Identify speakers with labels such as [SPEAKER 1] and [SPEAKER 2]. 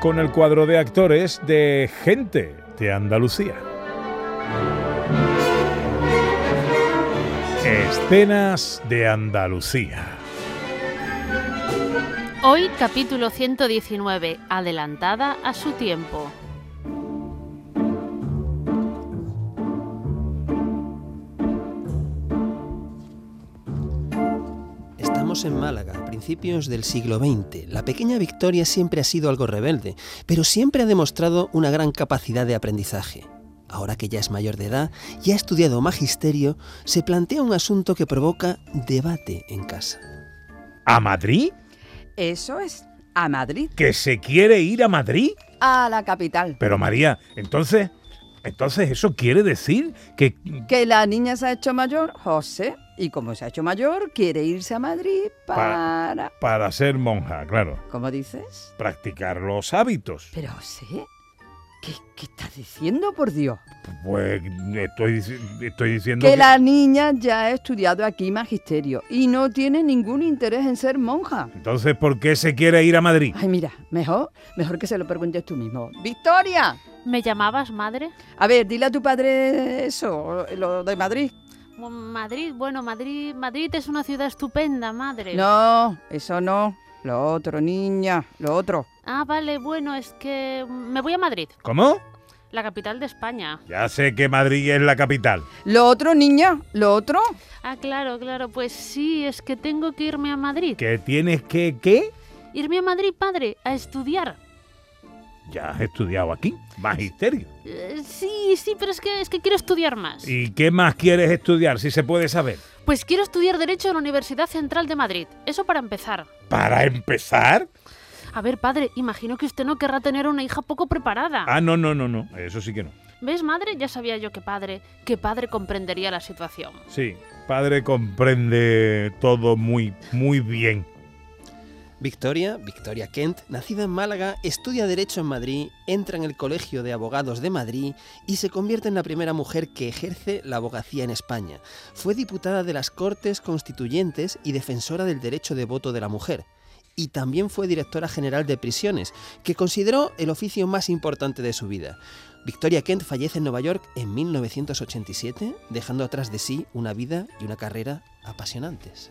[SPEAKER 1] Con el cuadro de actores de Gente de Andalucía. Escenas de Andalucía.
[SPEAKER 2] Hoy capítulo 119, adelantada a su tiempo.
[SPEAKER 3] Estamos en Málaga, a principios del siglo XX. La pequeña Victoria siempre ha sido algo rebelde, pero siempre ha demostrado una gran capacidad de aprendizaje. Ahora que ya es mayor de edad y ha estudiado magisterio, se plantea un asunto que provoca debate en casa.
[SPEAKER 1] ¿A Madrid?
[SPEAKER 4] Eso es, a Madrid,
[SPEAKER 1] ¿Que se quiere ir a Madrid?
[SPEAKER 4] a la capital.
[SPEAKER 1] Pero María, entonces, entonces eso quiere decir que
[SPEAKER 4] Que la niña se ha hecho mayor, José, y como se ha hecho mayor, quiere irse a Madrid
[SPEAKER 1] Para-
[SPEAKER 4] para...
[SPEAKER 1] para ser monja, claro,
[SPEAKER 4] ¿Cómo dices?
[SPEAKER 1] practicar los hábitos.
[SPEAKER 4] Pero José, ¿qué, qué estás diciendo, por Dios?
[SPEAKER 1] Pues estoy, dici- estoy diciendo
[SPEAKER 4] que la niña ya ha estudiado aquí magisterio y no tiene ningún interés en ser monja.
[SPEAKER 1] Entonces, ¿por qué se quiere ir a Madrid?
[SPEAKER 4] Ay, mira, mejor, mejor que se lo preguntes tú mismo. ¡Victoria!
[SPEAKER 2] ¿Me llamabas madre?
[SPEAKER 4] A ver, dile a tu padre eso, lo de Madrid.
[SPEAKER 2] Mm, Madrid, bueno, Madrid, Madrid es una ciudad estupenda, madre.
[SPEAKER 4] No, eso no. Lo otro, niña, lo otro.
[SPEAKER 2] Ah, vale, bueno, es que mm, me voy a Madrid,
[SPEAKER 1] ¿Cómo?
[SPEAKER 2] la capital de España.
[SPEAKER 1] Ya sé que Madrid es la capital.
[SPEAKER 4] Lo otro, niña, lo otro.
[SPEAKER 2] Ah, claro, claro, pues sí, es que tengo que irme a Madrid.
[SPEAKER 1] ¿Que tienes que qué?
[SPEAKER 2] Irme a Madrid, padre, a estudiar.
[SPEAKER 1] Ya has estudiado aquí, magisterio.
[SPEAKER 2] Eh, sí, sí, pero es que es que quiero estudiar más.
[SPEAKER 1] ¿Y qué más quieres estudiar, si se puede saber?
[SPEAKER 2] Pues quiero estudiar derecho en la Universidad Central de Madrid. Eso para empezar.
[SPEAKER 1] ¿Para empezar?
[SPEAKER 2] A ver, padre, imagino que usted no querrá tener una hija poco preparada.
[SPEAKER 1] Ah, no, no, no, no. Eso sí que no.
[SPEAKER 2] ¿Ves, madre? Ya sabía yo que padre, que padre comprendería la situación.
[SPEAKER 1] Sí, padre comprende todo muy, muy bien.
[SPEAKER 3] Victoria, Victoria Kent, nacida en Málaga, estudia Derecho en Madrid, entra en el Colegio de Abogados de Madrid y se convierte en la primera mujer que ejerce la abogacía en España. Fue diputada de las Cortes Constituyentes y defensora del derecho de voto de la mujer. Y también fue directora general de prisiones, que consideró el oficio más importante de su vida. Victoria Kent fallece en Nueva York en 1987, dejando atrás de sí una vida y una carrera apasionantes.